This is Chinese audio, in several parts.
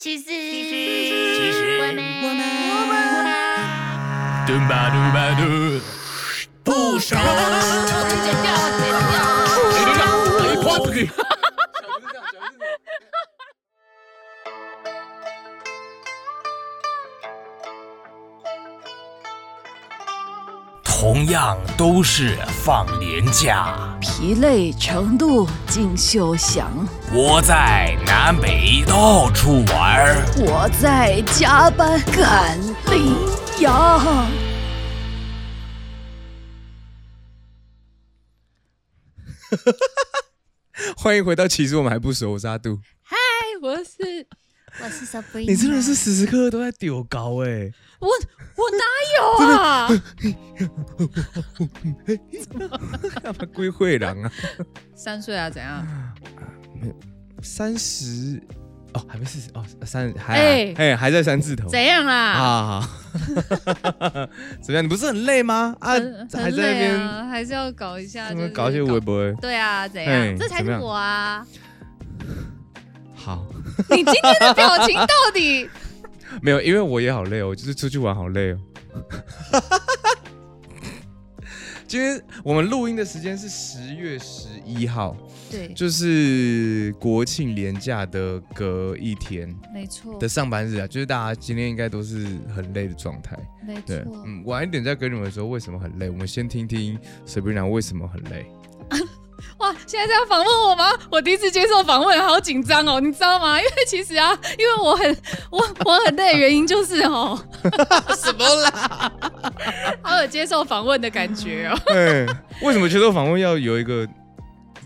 其实，其实我们，我们嘟吧嘟吧嘟，不熟。剪掉，剪掉。同样都是放年假，疲累程度尽休想，我在南北到处玩儿。我在加班赶羚羊。欢迎回到，其实我们还不熟，我是阿杜。嗨，哎我是，我是 Sabrina。你真的是时时刻刻都在丢高哎、 我，我哪有啊？干嘛归会狼啊？三岁啊？怎样？三十哦，还没四十哦，三还哎哎、还在三字头怎样啦？啊？ 怎么样？你不是很累吗？啊，很还在那很累边、啊，还是要搞一下，怎就么是搞一些微博？对啊，怎哎样？这才怎么是样我啊！好，你今天的表情到 底？没有，因为我也好累哦，我就是出去玩好累哦。 今天我们录音的时间是十月十一号，对，就是国庆连假的隔一天没错的，上班日啊，就是大家今天应该都是很累的状态。没对错，。嗯，晚一点再跟你们说为什么很累。我们先听听 Sabrina 为什么很累。哇，现在这样访问我吗？我第一次接受访问，好紧张哦，你知道吗？因为其实啊，因为我很我我很累的原因就是哦，什么啦？好有接受访问的感觉哦。对， 为什么接受访问要有一个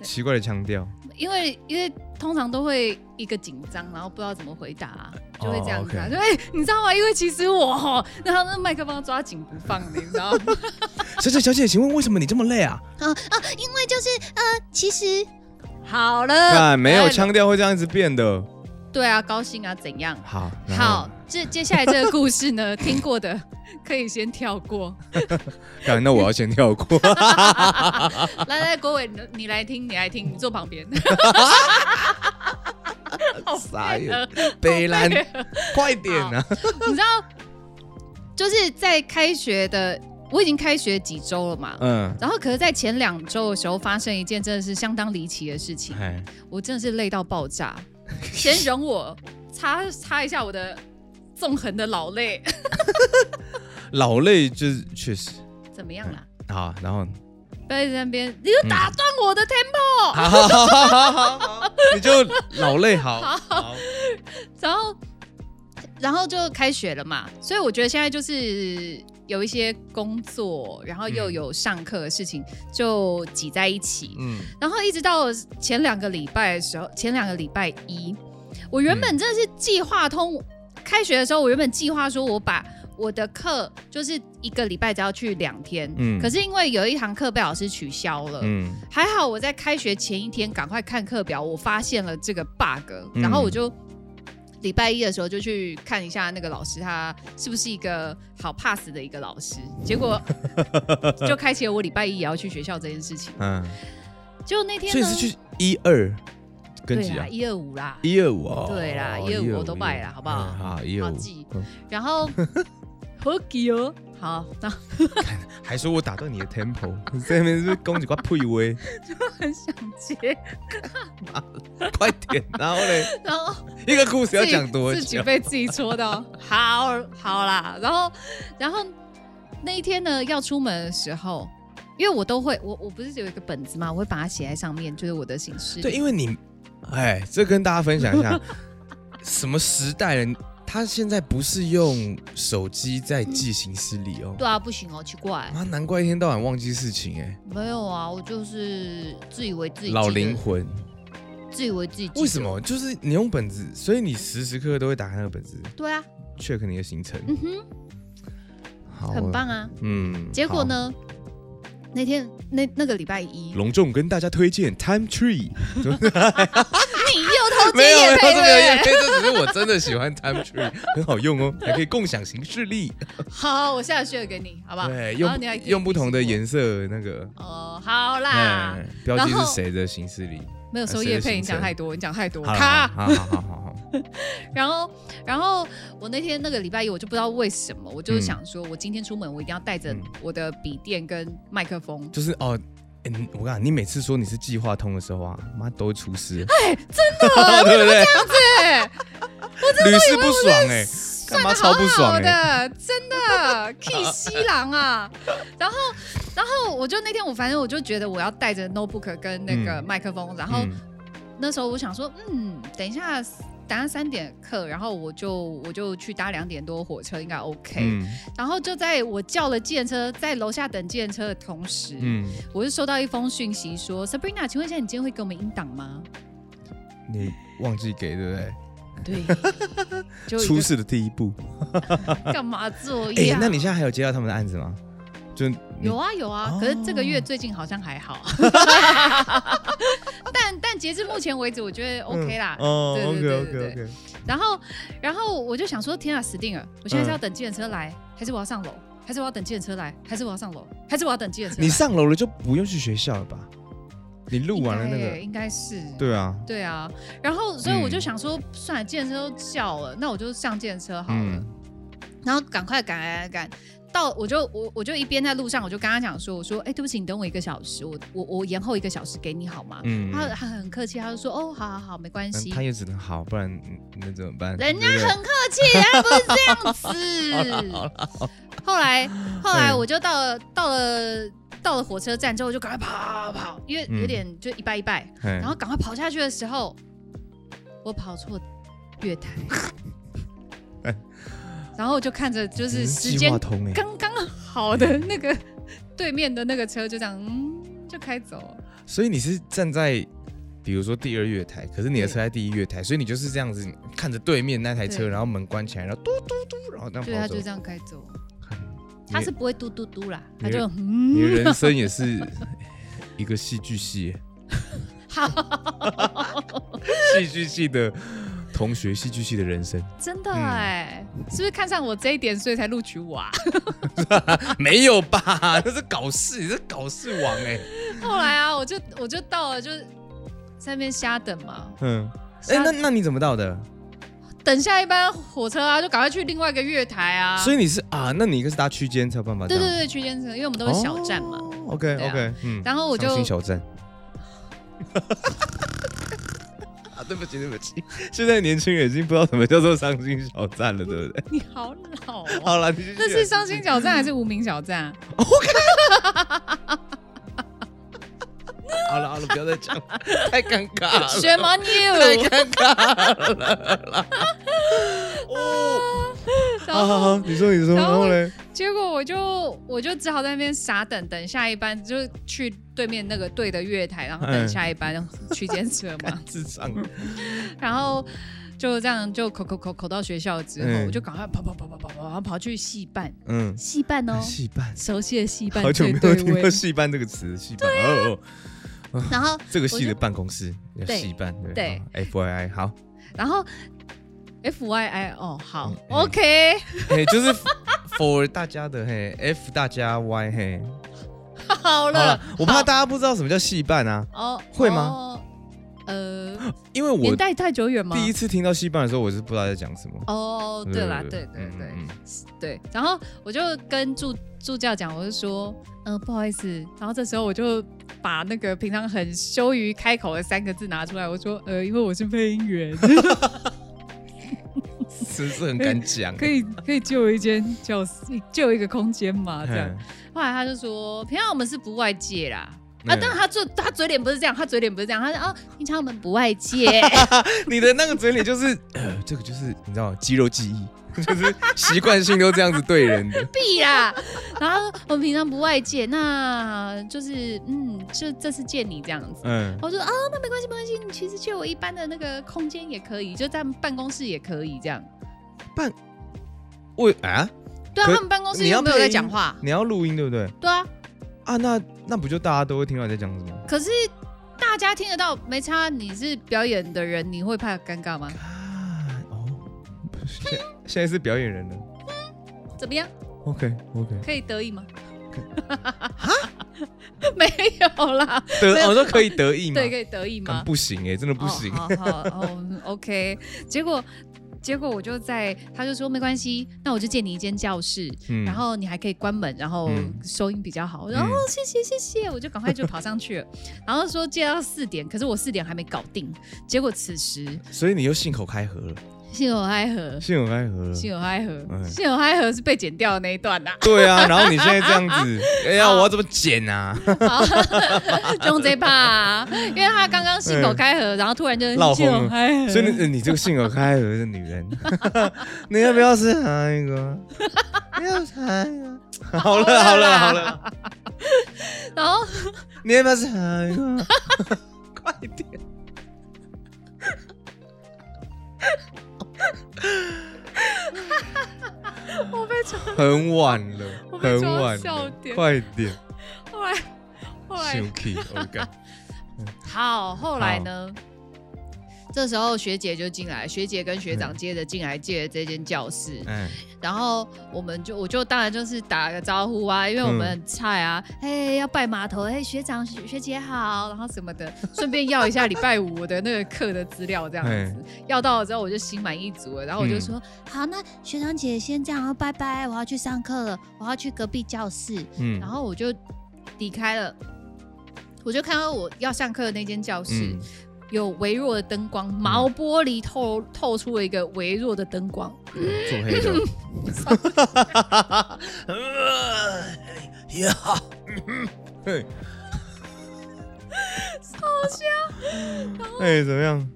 奇怪的腔调？因为因为通常都会一个紧张，然后不知道怎么回答、就会这样子、啊。哦，OK 就会你知道吗？因为其实我哦，然后那麦克风抓紧不放的，你知道 吗？小姐，小姐，请问为什么你这么累啊？因为就是呃，其实好对、了，没有哎腔调会这样子变的。对啊，高兴啊，怎样？好，然后好，，这接下来这个故事呢，听过的可以先跳过。干那我要先跳 过。 来来，国伟，你你来听，你来听，你坐旁边。 傻眼，呃北兰好，配合快点啊！你知道，就是在开学的，我已经开学几周了嘛。嗯，然后，可是，在前两周的时候，发生一件真的是相当离奇的事情，哎，我真的是累到爆 炸。先容我擦擦一下我的纵横的老泪， 老累就是确实。怎么样啦？好，然后不要一直在那边，你就打断我嗯的 tempo、好好好好好好，你就老累好。好，然后，然后就开学了嘛，所以我觉得现在就是有一些工作，然后又嗯有上课的事情，就挤在一起。嗯，然后一直到前两个礼拜的时候，前两个礼拜一，我原本真的是计划通、开学的时候，我原本计划说我把我的课就是一个礼拜只要去两天，嗯可是因为有一堂课被老师取消了。嗯，还好我在开学前一天赶快看课表，我发现了这个 bug，嗯然后我就礼拜一的时候就去看一下那个老师他是不是一个好 pass 的一个老师，结果 就开启了我礼拜一也要去学校这件事情。嗯，结果那天所以呢，是去一二跟对几啦，啊？一二五啦。一二五哦，对啦125我都拜啦好不好好，一二好五，记嗯然后 好急哦，好， 然后还说我打断你的 tempo，你在那边是不是攻击快配位？很想接，快点，然后嘞，然后一个 故事要自己讲多自己久？被自己戳到，好好啦，然后然后那一天呢，要出门的时候。因为我都会，我我不是有一个本子嘛，我会把它写在上面，就是我的形式。对，，因为你，哎，这跟大家分享一下，什么时代人，他现在不是用手机在记行事历哦。对啊，不行哦，奇怪，啊，难怪一天到晚忘记事情哎、没有啊，我就是自以为自己记得老灵，魂，自以为自己记得为什？么？就是你用本子，所以你时时刻刻都会打开那个本子对啊， ，check 你的行程。嗯哼，好，很棒啊。嗯，结果好？呢，那天那那个礼拜一，隆重跟大家推荐 Time Tree，啊你又偷没有没有，业配这没有对叶不配，这只是我真的喜欢 Time Tree，很 好用哦，还可以共享行事历，对？好，我下去了给你，好不好？对，然后用你还可以用不同的提醒颜色那个，我。哦，好啦哎，，标记然是后谁的行事历？没有收谁的业配，行你讲程太多，你讲太多。好了咔好好好好好， 然后，然后我那天那个礼拜一，我就不知道为什么，我就是想说，我今天出门，我一定要带着嗯我的笔电跟麦克风。就是哦。哎你我跟你讲，你每次说你是计划通的时候啊，妈都会出事， 呃对不对？ 对，屡试不爽哎，干嘛超不爽好哎？的，真的，K 西郎啊。然后，然后我就那天我反正我就觉得我要带着 notebook 跟那个嗯麦克风，然后嗯那时候我想说，嗯，等一下，等一下三点课，然后我就我就去搭两点多火车，应该 OK。嗯然后就在我叫了计程车，在楼下等计程车的同时，嗯，我就收到一封讯息说，Sabrina，请问一下，你今天会给我们音档 吗？你忘记给对不对？对，就出事的第一步。干嘛这哎、样？那你现在还有接到他们的案子吗？就你有啊有啊，哦可是这个月最近好像还好， 但但截至目前为止，我觉得 OK 啦。哦对，OK 对 OK 对对 OK，然后然后我就想说，天啊，死定了！我现在是要等计程车来，还是我要上楼？还是我要等计程车来？还是我要上楼？还是我要等计程车来？你上楼了就不用去学校了吧？你录完了那哎应该个，应该是对啊，对啊，然后所以我就嗯想说，算了，健身都叫了，那我就上健身好了，嗯然后赶快赶赶赶。到我就我我就一边在路上，我就跟他讲说，我说，哎、对不起，你等我一个小时，我我我延后一个小时给你好吗？嗯，他他很客气，他就说，哦，好好好，没关嗯系。他也只能好，不然嗯那怎么办？人家对不对很客气，人家不是 这样子。后来后来嗯我就到了到了到了火车站之后，我就赶快跑跑，因为嗯有点就一拜一拜，嘿然后赶快跑下去的时候，我跑错月台，哎然后我就看着就真是时嗯计间划通哎，刚刚好的那个对面的那个车就这样，嗯，就开走了。所以你是站在。比如说第二月台，可是你的车在第一月台，所以你就是这样子看着对面那台车，对然后门关起来，然后嘟嘟嘟，然后这对，样他跑走就。这样开走，你他是不会嘟嘟嘟啦，他你就你的嗯，人生也是一个戏剧系，戏剧系的同学，戏剧系的人生真的哎、嗯是不是看上我这一点，所以才录取 我啊？没有吧？那是搞事，你是搞事王哎、后来啊，我就我就到了，就是在那边瞎等嘛，嗯，哎、瞎那那你怎么到的？等下一班火车啊，就赶快去另外一个月台啊。所以你是啊，那你应该是搭区间才有办法这对样。对对，区间车，因为我们都是小站嘛。 哦 OK 对啊 OK，、嗯，然后我就伤心小站。 啊，对不起对不起， 现在年轻人已经不知道什么叫做伤心小站了，对不对？你 好老、哦，好了，你继续这是伤心小站还是无名小站 啊？好了好了，不要再讲了，太尴尬 了。 Shame on you！哦，然好好后好，你说你说，然然后后嘞，结果我就我就只好在那边傻等，等下一班就去对面那个对的月台，然后等嗯下一班区间车嘛。 智障，然后就这样就口口口口到学校之后，嗯我就赶快跑跑跑跑跑跑，然后跑去戏办，嗯，戏办哦，戏班，熟悉的戏办好久没最有对啊听味过。戏班这个词，戏班哦，哦然后这个系的办公室叫对戏班，对，F Y I，好，然后 F Y I 哦，好、嗯 o k 嘿，就是 for 大家的嘿，F 大家 Y 嘿， 好好了了，，我怕大家不知道什么叫戏班啊，哦，会吗哦呃，因为 我年代太久远吗？第一次听到戏班的时候，我是不知道在讲什么。哦，对啦，对对嗯对、嗯对，然后我就跟助助教讲，我就说，嗯、不好意思，然后这时候我就把那个平常很羞于开口的三个字拿出来，我说，呃，因为我是配音员， 嗯真是很敢讲，可以可以借我一间教室，借我一个空间嘛，这样。嘿后来他就说，平常我们是不外借啦。啊，嗯但他嘴他嘴脸不是这样，他嘴脸不是这样，他说哦，平常我们不外借， 你的那个嘴脸就是，呃，这个就是你知道肌肉记忆， 就是习惯性都这样子对人的。屁啦。啊 然后我们平常不外借，那就是嗯，就这次借你这样子。嗯，我就说哦，那没关系，没关系，你其实借我一般的那个空间也可以，就在办公室也可以这样。我啊，对啊，可他们办公室你要又没有在配音讲话。你要录音对不对？对啊，啊，那那不就大家都会听到你在讲什么？可是大家听得到，没差。你是表演的人，你会怕尴尬吗？啊，哦，现现在是表演人了。怎么样？ OK OK， 可以得意吗？没有啦，得 没有我说可以得意吗？对，可以得意吗干？不行哎、真的不行。哦、好好哦，OK。结果结果我就在，他就说没关系，那我就借你一间教室，嗯然后你还可以关门，然后嗯收音比较好。然后、嗯哦、谢谢谢谢，我就赶快就跑上去了。 然后说借到四点，可是我四点还没搞定。结果此时所以你又信口开河了，信口开河，信口开河了。信口开河，哎信口开河是被剪掉的那一段呐、 对啊，然后你现在这样子，哎呀，我要怎么剪啊？好，用这一趴、啊，因为他刚刚信嗯口开河，然后突然就闹信哄口开河，所以你你这个信口开河的女 人，你要不要是哪一个？要哪一个？好了好了好了，然后你要不要是哪一 个？快点！我被抓，很晚了，我被很抓晚笑了，点快点！后来后来生气，我感。好，后来呢？这时候学姐就进来，学姐跟学长接着进来借这间教室，嗯然后我们就我就当然就是打个招呼啊，因为我们很菜啊，嘿要拜码头，嘿学长学学姐好，然后什么的， 顺便要一下礼拜五我的那个课的资料这样嘿子，要到了之后我就心满意足了，然后我就说、好，那学长姐先这样哦，拜拜，我要去上课了，我要去隔壁教室。嗯，然后我就离开了，我就看到我要上课的那间教室、嗯有微弱的灯光，毛玻璃透透出了一个微弱的灯光，做黑的， 哎也好，嘿，超香。哎，怎么样？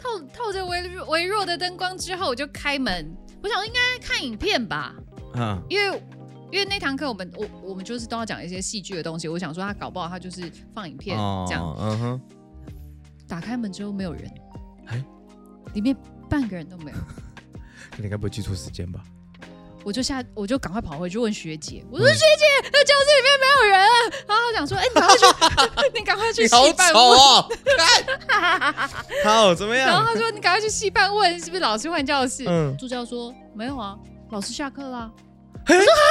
透透着微弱微弱的灯光之后，我就开门，我想应该看影片吧，啊，因为。因为那堂课我们我我们就是都要讲一些戏剧的东西，我想说他搞不好他就是放影片、这样。哦，嗯哼，打开门之后没有人，哎里面半个人都没有，你该不会记错时间吧？我就下，我就赶快跑回去问学姐，嗯我说、学姐，那教室里面没有人啊。然后她讲说，哎、 你赶快去，你 赶快去戏班问。哦！ 好，怎么然后样？她说，你赶快去戏班问，是不是老师换教室？嗯助教说没有啊，老师下课啦、嘿我说啊，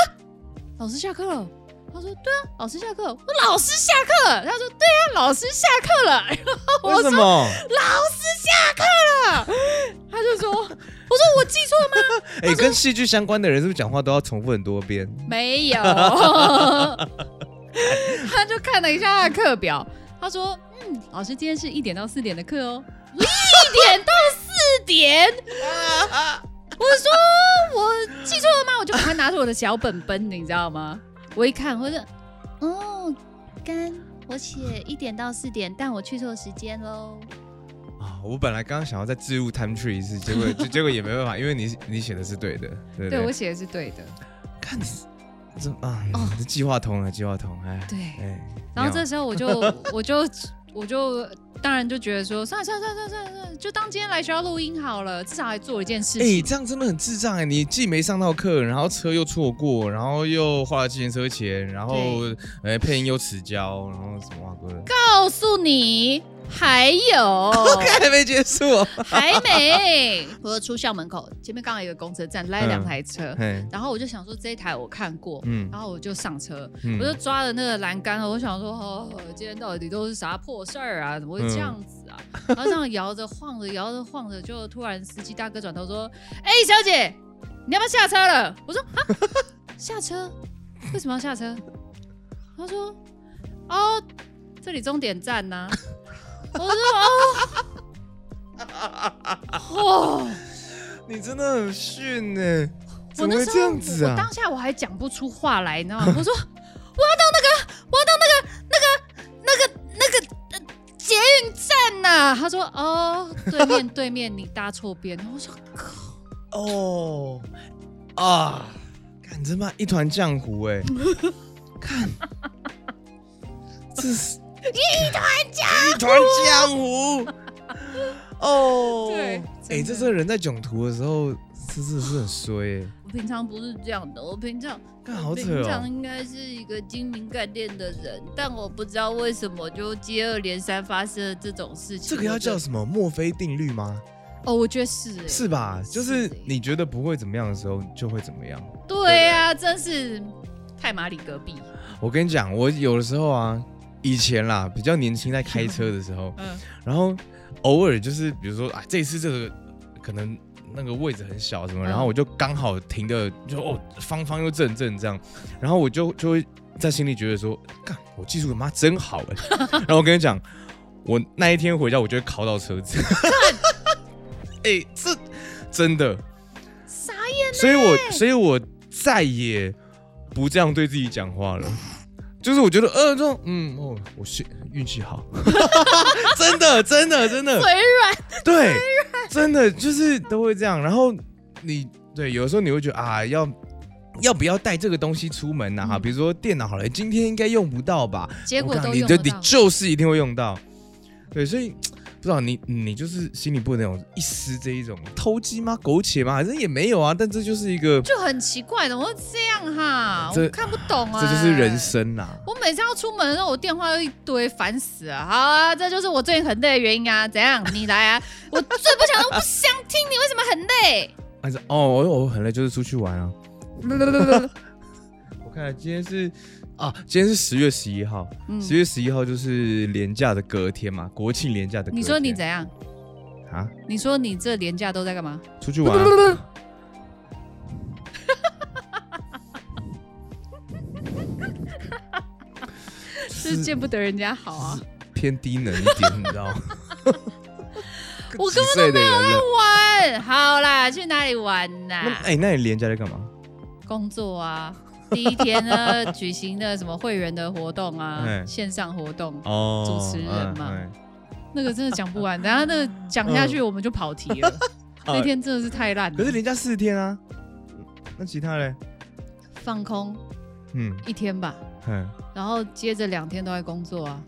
老师下课了。他说对啊，老师下课。我说老师下课了。他说对啊，老师下课了。 然后我为什说么？老师下课了。他就说，我说我记错了吗？哎，跟戏剧相关的人是不是讲话都要重复很多遍？没有，他就看了一下他的课表，他说：“嗯，老师今天是一点到四点的课哦。”我说一点到四点， 我说我记错了吗？我就赶快拿出我的小本本，你知道吗？我一看，我说哦，干，我写一点到四点，但我去错时间喽。啊，我本来刚刚想要再置入 time tree 一次，结果就结果也没办法，因为你你写的是对的，对不对我对？写的是对的，看你这啊，这计划通了，计划通，哎，哦对哎，然后这妙时 候我就我就我就当然就觉得说，算了算了算了算了算了，就当今天来学校录音好了，至少还做一件事哎，情。这样真的很智障哎！你既没上到课，然后车又错过，然后又花了计程车钱，然后哎配音又迟交，然后什么啊哥，告诉你，还 有。还没结束哦。还没。我出校门口，前面刚好有一个公车站，来了两台车，嘿然后我就想说这一台我看过，哎嗯然后我就上车，嗯我就抓了那个栏杆，我想说，哦，今天到底都是啥破事儿啊？怎么会这样子啊？然后这样摇着晃着，摇着晃着，就突然司机大哥转头说：“哎、小姐，你要不要下车了？”我说：“啊， 下车？为什么要下车？”他说：“哦，这里终点站呐、我说：“哦，哇！” 你真的很逊呢，我怎么那会这时候样子我啊当？下我还讲不出话来，你知道吗？ 我说我要到那个，我要到那个那个那个那个、呃、捷运站呐、他说哦，对面 对面，你搭错边。我说靠，哦啊，看这妈一团浆糊 哎，看，这是一团浆一团浆糊。哦，对哎、真的这这人在囧途的时候，这真的是很衰哎、我平常不是这样的，我平常干好我扯平哦常应该是一个精明干练的人，但我不知道为什么就接二连三发生了这种事情。这个要我就叫什么？墨菲定律吗？哦，我觉得是、欸、是吧？就是是欸你觉得不会怎么样的时候，就会怎么样。对啊，真是太马里隔壁。我跟你讲，我有的时候啊，以前啦，比较年轻在开车的时候， 嗯然后偶尔就是比如说啊，这次这个可能那个位置很小什么，嗯然后我就刚好停的就哦方方又正正这样，然后我就就会在心里觉得说，干我技术他妈真好 哎、然后我跟你讲，我那一天回家我就会考到车子， 哎、这真的傻欸眼，所以我所以我再也不这样对自己讲话了。就是我觉得，呃，这种，嗯，哦，我是运气 好，真的，真的，真的，嘴软，对，真的就是都会这样。然后你对，有的时候你会觉得啊，要要不要带这个东西出门呐、啊？比如说电脑好了，今天应该用不到吧？嗯结我果告诉都你用就得你到。就是一定会用到。对，所以不知道你你就是心里不能有一丝这一种偷鸡吗？苟且吗？反正也没有啊，但这就是一个，就很奇怪，怎么会这样哈？这我看不懂啊、这就是人。生啊呐、我每次要出门的时候，我电话又一堆，烦死了。好啊，这就是我最近很累的原因啊。怎样？你来 啊！我最不想，我不想听你为什么很累。但是哦，我我很累，就是出去玩啊。我看来今天是啊，今天是十月十一号，嗯十、月十一号就是连假的隔天嘛，国庆连假的隔天。你说你怎样？啊？你说你这年假都在干嘛？出去玩啊、 是见不得人家好啊！偏低能一点，你知道吗？ 我根本都没有在玩好啦，去哪里玩呐、那哎、那你连假在干嘛？工作啊。第一天 呢，举行的什么会员的活动啊哎，线上活动，哦主持人嘛嗯那个真的讲不完，等下那个讲下去我们就跑题了。那天真的是太烂了。可是连假四天啊，那其他嘞？放空嗯一天吧，嗯然后接着两天都在工作啊。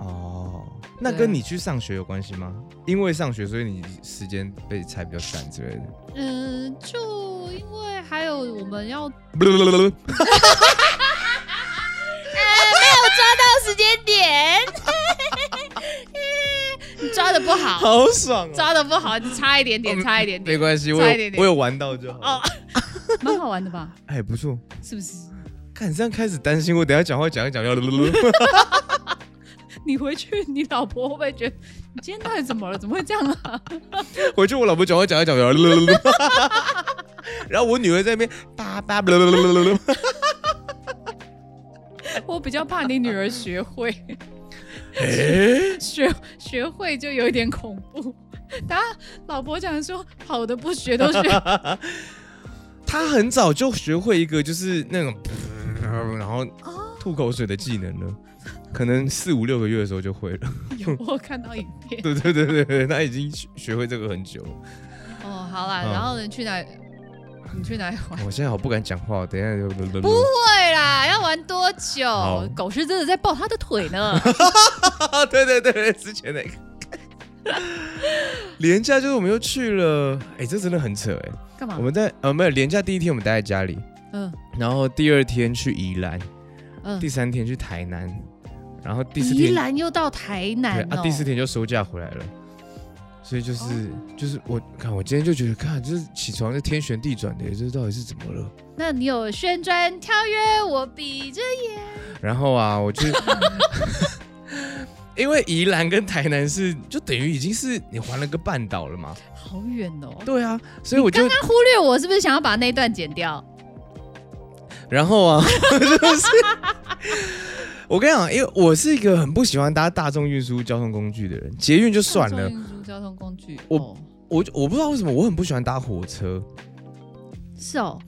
哦，那对跟啊你去上学有关系吗？因为上学，所以你时间被裁比较散之类的。嗯，就因为还有我们要时间点，你抓的不好， 好爽哦！抓的不好，你差一点点，差一点没点，关系，我差一点有点哦我有玩到就好。蛮好玩的吧？哎，不错。是不是？看，这样开始担心，我等一下讲话讲一 讲要你回去，你老婆会不会觉得你今天到底怎么了？怎么会这样啊？ 回去我老婆讲话讲一 讲要然后我女儿在那边叭叭我比较怕你女儿学会， 哎，学学会就有一点恐怖。 她老婆讲说，好的不学都学，她很早就学会一个就是那种 然后哦吐口水的技能了，可能四五六个月的时候就会了。有我看到影片。 对对对对对，她已经学学会这个很久了。哦，好啦，嗯然后你去哪？你去哪里玩？ 哦我现在好不敢讲话，等一下 就不会啦，要玩多久好？狗是真的在抱他的腿 呢。啊，对对对对，之前那个。廉价就是我们又去了，哎、这真的很扯哎、干嘛我？们在呃没有廉价第一天我们待在家里，嗯然后第二天去宜兰，嗯第，三天去台南，然后第四宜天兰又到台对南啊哦。第四天就收假回来了。所以就是、哦就是我看我今天就觉得看就是起床是天旋地转的，这到底是怎么了？那你有旋转跳跃，我闭着然后啊，我就 因为宜兰跟台南是就等于已经是你环了个半岛了嘛，好远哦。对啊，所以我就刚刚忽略我是不是想要把那一段剪掉？然后啊， 就是我跟你讲，因为我是一个很不喜欢搭大众运输交通工具的人，捷运就算大了众，运输交通工具，我哦我我不知道为什么我很不喜欢搭火车，是哦，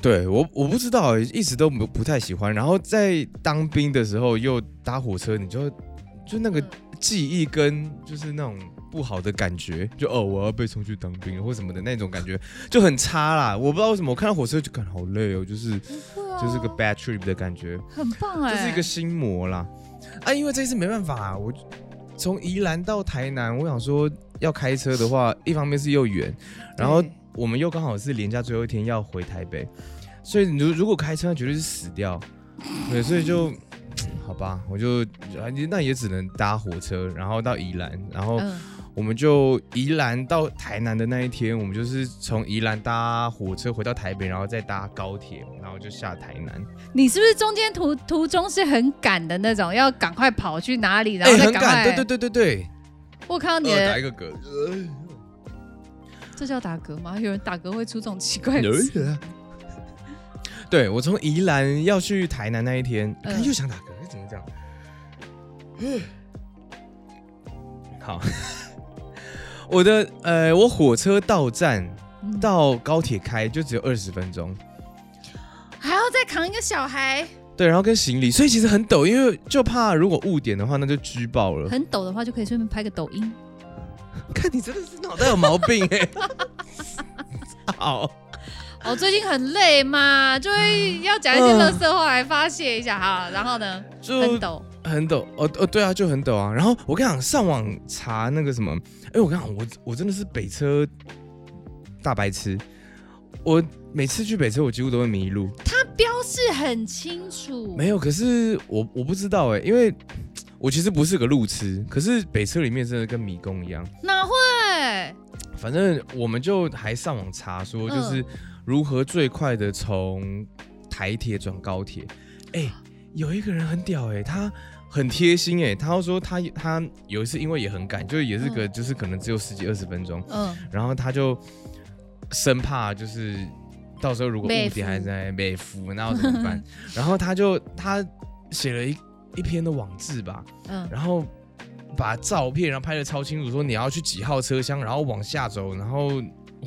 对我我不知道，一直都不不太喜欢。然后在当兵的时候又搭火车，你就就那个记忆跟就是那种。不好的感觉，就哦，我要被送去当兵了或什么的那种感觉就很差啦。我不知道为什么，我看到火车就感好累哦，就是啊就是嗯个 bad trip 的感觉。很棒哎，这是一个心魔啦。啊，因为这次没办法、啊，我从宜兰到台南，我想说要开车的话，一方面是又远，然后对我们又刚好是连假最后一天要回台北，所以你如如果开车，那绝对是死掉。对，所以就哎好吧，我就啊那也只能搭火车，然后到宜兰，然后嗯我们就宜兰到台南的那一天，我们就是从宜兰搭火车回到台北，然后再搭高铁，然后就下台南。你是不是中间途途中是很赶的那种，要赶快跑去哪里，然哎、后再很赶快？赶，对对对对对，我看到你呃，打的一，个嗝，呃这叫打嗝吗？ 有人打嗝会出这种奇怪的有一词？个。哎对我从宜兰要去台南那一天，嗯看又想打嗝，哎怎么讲？好， 我的呃，我火车到站嗯到高铁开就只有二十分钟，还要再扛一个小孩，对，然后跟行李，所以其实很陡，因为就怕如果误点的话，那就拘爆了。很陡的话就可以顺便拍个抖音。看你真的是脑袋有毛病 哎、好，哦，最近很累 嘛，就会要讲一些乐色话来发泄一下哈。好然后呢，就很陡，很陡，哦哦，对啊，就很陡啊。然后我跟你讲，上网查那个什么，哎，我跟你讲，我我真的是北车大白痴，我每次去北车，我几乎都会迷路。标示很清楚。没有，可是我我不知道哎，因为我其实不是个路痴，可是北车里面真的跟迷宫一样。哪会？反正我们就还上网查说，嗯就是如何最快的从台铁转高铁。哎、有一个人很屌哎、他很贴心哎、他要说他他有一次因为也很赶，就是也是个、就是可能只有十几二十分钟，嗯，然后他就生怕就是到时候如果被误俘点还在被服，那要怎么 办？然后他就他写了一一篇的网志吧，嗯然后把照片然后拍的超清楚，说你要去几号车厢，然后往下走，然后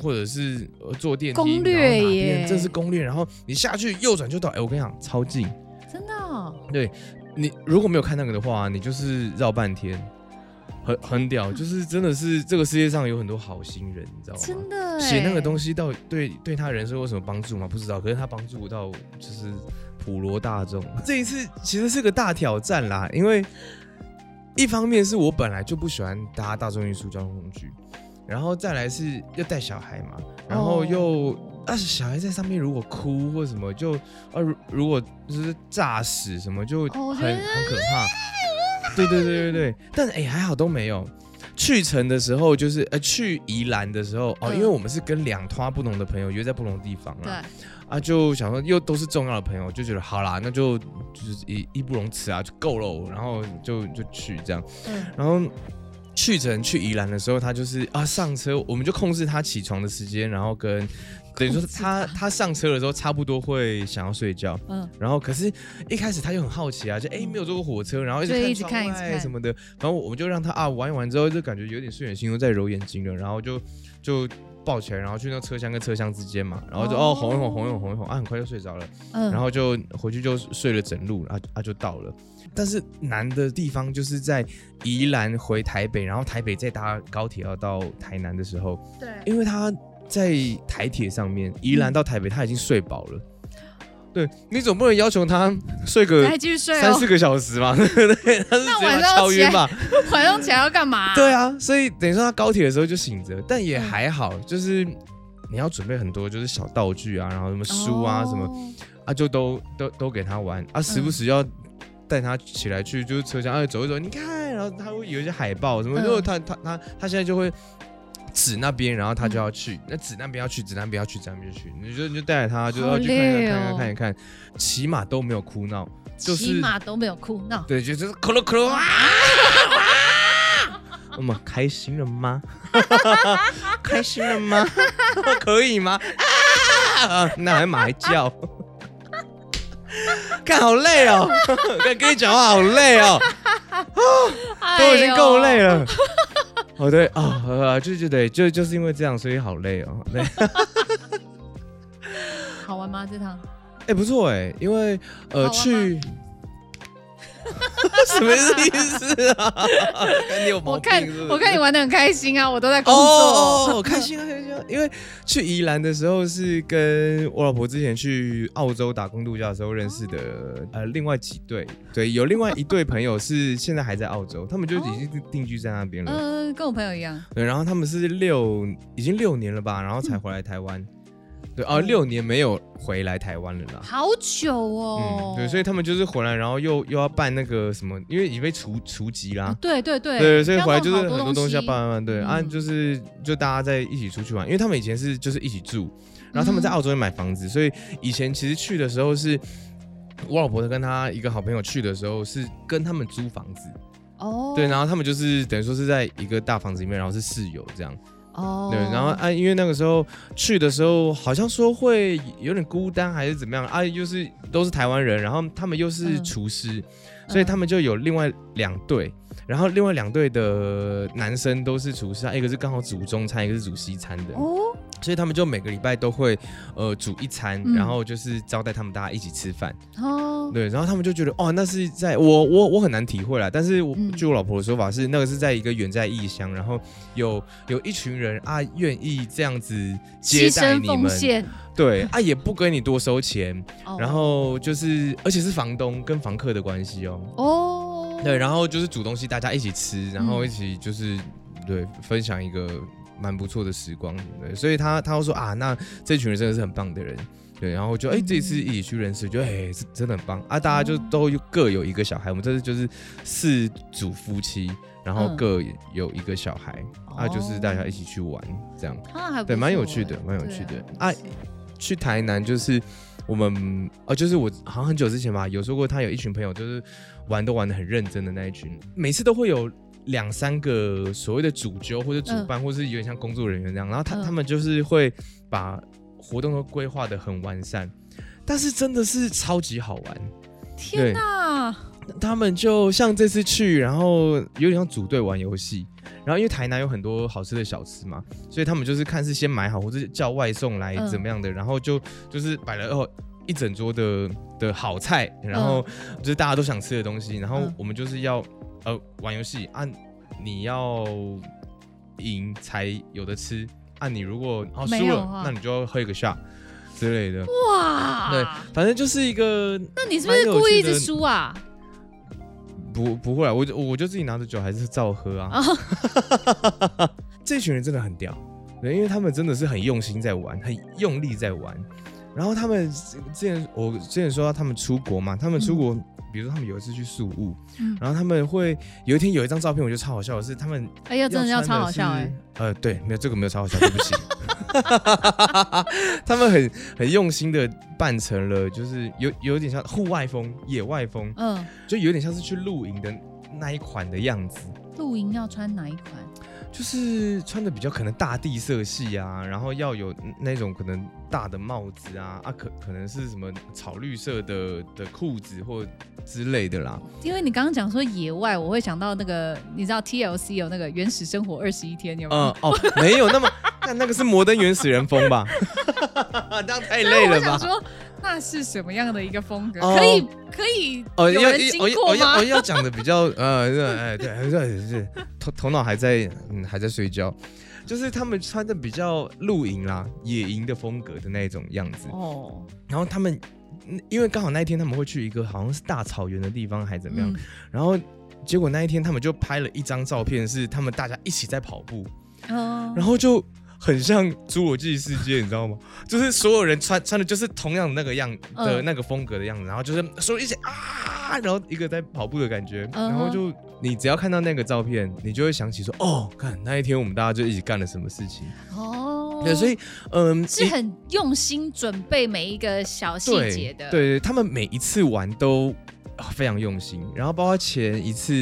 或者是呃坐电梯，攻略然后哪边耶这是攻略。然后你下去右转就到，哎，我跟你讲，超近。真的哦、你如果没有看那个的话，你就是绕半天，很很屌，就是真的是这个世界上有很多好心人，你知道吗？真的欸写那个东西，西到底对对他人生有什么帮助吗？不知道，可是他帮助到就是普罗大众。这一次其实是个大挑战啦，因为一方面是我本来就不喜欢搭大众运输交通工具，然后再来是又带小孩嘛，然后又但是、小孩在上面如果哭或什么就啊如如果就是炸死什么就很、哦我觉得很可怕。对对对对对，但哎、还好都没有。去程的时候就是呃去宜兰的时候哦，嗯因为我们是跟两团不同的朋友约在不同的地方啊，对，啊就想说又都是重要的朋友，就觉得好啦，那就就是义义不容辞啊，就够了，然后就就去这样，嗯然后。去程去宜兰的时候，他就是啊上车，我们就控制他起床的时间，然后跟等于说控制他他上车的时候差不多会想要睡觉，嗯，然后可是，一开始他又很好奇啊，就哎、没有坐过火车，然后一就一直直看看窗一直外看什么的。然后我们就让他啊玩一玩之后，就感觉有点睡眼惺忪在揉眼睛了，然后就就抱起来，然后去那车厢跟车厢之间嘛，然后就哦哦哄一哄哄一哄哄一哄啊，很快就睡着了，嗯然后就回去就睡了整路，啊啊就到了。但是难的地方就是在宜兰回台北，然后台北再搭高铁要到台南的时候，对，嗯因为他在台铁上面，宜兰到台北，他已经睡饱了。对你总不能要求他睡个还继续睡三哦四。个小时嘛，对 不对？他是直那接把晚上他要啊敲起来晕吧？晚上起来要干嘛、 对啊，所以等于说他高铁的时候就醒着，但嗯也还好，就是你要准备很多，就是小道具啊，然后什么书啊、什么哦啊，就都都都给他玩嗯啊，时不时要带他起来去就是车厢哎走一走，你看，然后他会有一些海报什么，嗯如果他他他他现在就会指那边，然后他就要嗯去，那指那边要去，指那边要去，指那边要去，你就你就带着他就好要去看一累看哦看看看一看，起码都没有哭闹，就是起码都没有哭闹。对，就就是咯咯咯啊。那么开心了 吗？开心了吗？ 可以吗？啊，那还马还 叫，看好累哦，跟跟你讲话好累哦，都已经够累了。了。哦对啊、呃，就就对，就就是因为这样，所以好累哦。对，好玩吗？这趟？哎、不错哎、因为呃好玩吗 去， 什么意思啊？ 看你有毛我病看是不是我看你玩的很开心啊，我都在工作。 哦，开心啊，开心啊！因为去宜兰的时候是跟我老婆之前去澳洲打工度假的时候认识的，哦呃，另外几对，对，有另外一对朋友是现在还在澳洲，他们就已经定定居在那边了。嗯嗯、跟我朋友一样。对，然后他们是六，已经六年了吧，然后才回来台湾。对嗯啊，六年没有回来台湾了啦。好久哦嗯，。对，所以他们就是回来，然后又又要办那个什么，因为已被除除籍啦。对对对对，所以回来就是要很弄好多多东西要办办办，对、啊，嗯就是就大家在一起出去玩，因为他们以前是就是一起住，然后他们嗯在澳洲也买房子，所以以前其实去的时候是我老婆跟她一个好朋友去的时候是跟他们租房子，哦。对，然后他们就是等于说是在一个大房子里面，然后是室友这样，哦，对，然后啊，因为那个时候去的时候好像说会有点孤单还是怎么样啊，又是都是台湾人，然后他们又是嗯厨师，所以他们就有另外两队，然后另外两队的男生都是厨师，啊一个是刚好煮中餐，一个是煮西餐的，哦，所以他们就每个礼拜都会呃煮一餐，嗯然后就是招待他们大家一起吃饭，哦，对，然后他们就觉得哦，那是在我我我很难体会啦，但是我、嗯据我老婆的说法是，那个是在一个远在异乡，然后有有一群人啊愿意这样子接牺待牲你奉们，献，对啊也不跟你多收钱，哦然后就是而且是房东跟房客的关系哦，哦，对，然后就是煮东西大家一起吃，然后嗯一起就是、对分享一个蛮不错的时光，对，所以他他会说啊，那这群人真的是很棒的人。对，然后就哎、这次一起去认识，就哎，是真的很棒啊！大家就都有各有一个小孩，我们这次就是四组夫妻，然后嗯各有一个小孩，啊，就是大家一起去玩这样。啊，还不对，蛮有错趣欸的，蛮有趣的对啊。去台南就是我们哦，就是我好像很久之前吧，有说过他有一群朋友，就是玩都玩的很认真的那一群，每次都会有两三个所谓的主揪或者主办，或是有点像工作人员这样，然后他、嗯他们就是会把活动都规划的很完善，但是真的是超级好玩。对天哪，他们就像这次去，然后有点像组队玩游戏。然后因为台南有很多好吃的小吃嘛，所以他们就是看是先买好，或者叫外送来嗯怎么样的，然后就就是摆了哦一整桌的的好菜，然后就是大家都想吃的东西，然后嗯我们就是要呃玩游戏啊，你要赢才有的吃啊，你如果哦没输有了啊，那你就要喝一个 shot 之类的，哇，对，反正就是一个那你是不蛮是有故趣意一直的输啊？不不会啊，我就我就自己拿着酒还是照喝啊。哦 这群人真的很屌，对，因为他们真的是很用心在玩，很用力在玩。然后他们之之前我之前说到他们出国嘛，他们出国，比如说他们有一次去宿务，嗯然后他们会有一天有一张照片，我觉得超好笑的是他们哎呀，真的要超穿好笑是哎、呃，对，没有这个没有超好笑，对不起。 他们很很用心的扮成了，就是有有点像户外风、野外风，嗯，就有点像是去露营的那一款的样子，露营要穿哪一款？就是穿的比较可能大地色系啊，然后要有那种可能大的帽子啊，啊可可能是什么草绿色的的裤子或之类的啦。因为你刚刚讲说野外，我会想到那个，你知道 TLC 有那个《原始生活二十一天》，有没有？嗯 哦，没有那么，那那个是摩登原始人风吧？ 那样太累我了想吧？说，那是什么样的一个风格？哦可以可以哦，有要人要经要过要哦吗要？要讲的比较呃，对哎对，还是是头头脑还在嗯还在睡觉，就是他们穿的比较露营啦、野营的风格的那种样子。哦，然后他们嗯因为刚好那一天他们会去一个好像是大草原的地方还怎么样，嗯然后结果那一天他们就拍了一张照片，是他们大家一起在跑步，嗯，然后就很像侏罗纪世界，你知道吗？ 就是所有人穿穿的就是同样的那个样的嗯那个风格的样子，然后就是所有人一起啊，然后一个在跑步的感觉，嗯哼然后就你只要看到那个照片，你就会想起说，哦，看那一天我们大家就一起干了什么事情。哦，对，所以嗯，是很用心准备每一个小细对节的，对，对，他们每一次玩都啊非常用心，然后包括前一次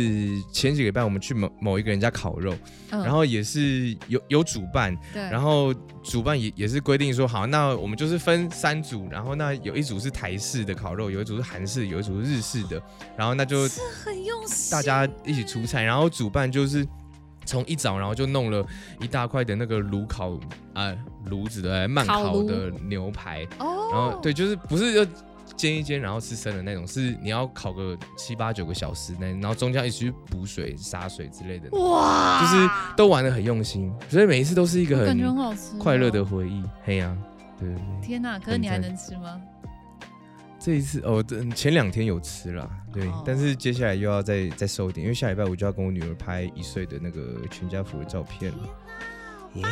前几个礼拜我们去某某一个人家烤肉，嗯然后也是有有主办，对，然后主办也也是规定说好，那我们就是分三组，然后那有一组是台式的烤肉，有一组是韩式，有一组是日式的，然后那就很用心，大家一起出菜，然后主办就是。从一早，然后就弄了一大块的那个炉烤啊、炉子的慢烤烤炉的牛排，哦，然后对，就是不是就煎一煎，然后吃生的那种，是你要烤个七八九个小时那，然后中间一直去补水、洒水之类的，哇，就是都玩的很用心，所以每一次都是一个我感觉很很好吃哦，快乐的回忆。嘿呀、对对对，天哪！可是很你还赞能吃吗？这一次哦，这前两天有吃啦，对，哦但是接下来又要再再瘦一点，因为下礼拜我就要跟我女儿拍一岁的那个全家福的照片了。耶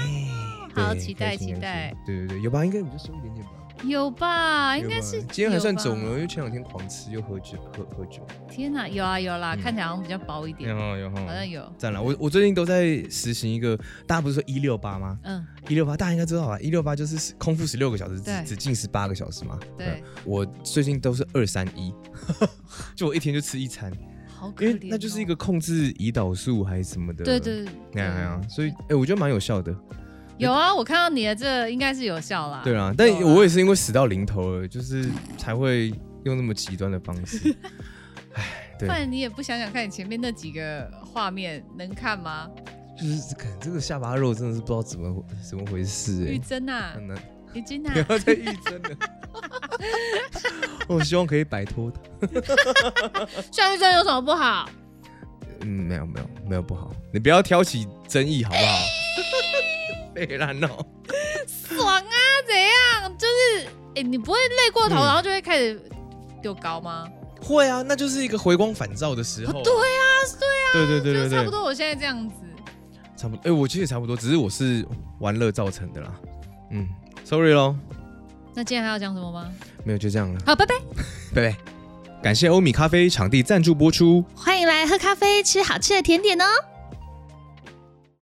好对期待开心期开心待对对对，有吧？应该比较瘦一点点吧。有吧？有应该吧是今天还算有吧肿了，因为前两天狂吃又喝酒，喝喝酒。天哪，有啊有啦，嗯啊看起来好像比较薄一点，后然后好像有，赞了，我我最近都在实行一个，大家不是说一六八吗？嗯，一六八大家应该知道吧？一六八就是空腹十六个小时，对只只进食八个小时嘛。对嗯，我最近都是二三一， 就我一天就吃一餐，好可因怜为哦。那就是一个控制胰岛素还是什么的。对对对那样那样，所以哎、我觉得蛮有效的。有啊，我看到你的这应该是有效啦。对啊，但有啊我也是因为死到临头了，就是才会用那么极端的方式。 哎，对不，然你也不想想看，你前面那几个画面能看吗？就是可能这个下巴肉真的是不知道怎么回怎么回事哎、玉珍啊 很，难，玉珍啊不，要再预真了。 我希望可以摆脱它。像玉珍有什么不好？嗯，没有没有没有不好，你不要挑起争议好不 好？哦别乱闹。爽啊，怎样？就是哎、你不会累过头，嗯然后就会开始丢高吗？会啊，那就是一个回光返照的时候。对啊，对对哦对就对是对，差不多，我现在这样子。差不多。哎、我其实也差不多，只是我是玩乐造成的啦。嗯，sorry 咯，那今天还要讲什么吗？没有就这样了，好，拜拜。拜拜。感谢欧米咖啡场地赞助播出。欢迎来喝咖啡，吃好吃的甜点哦。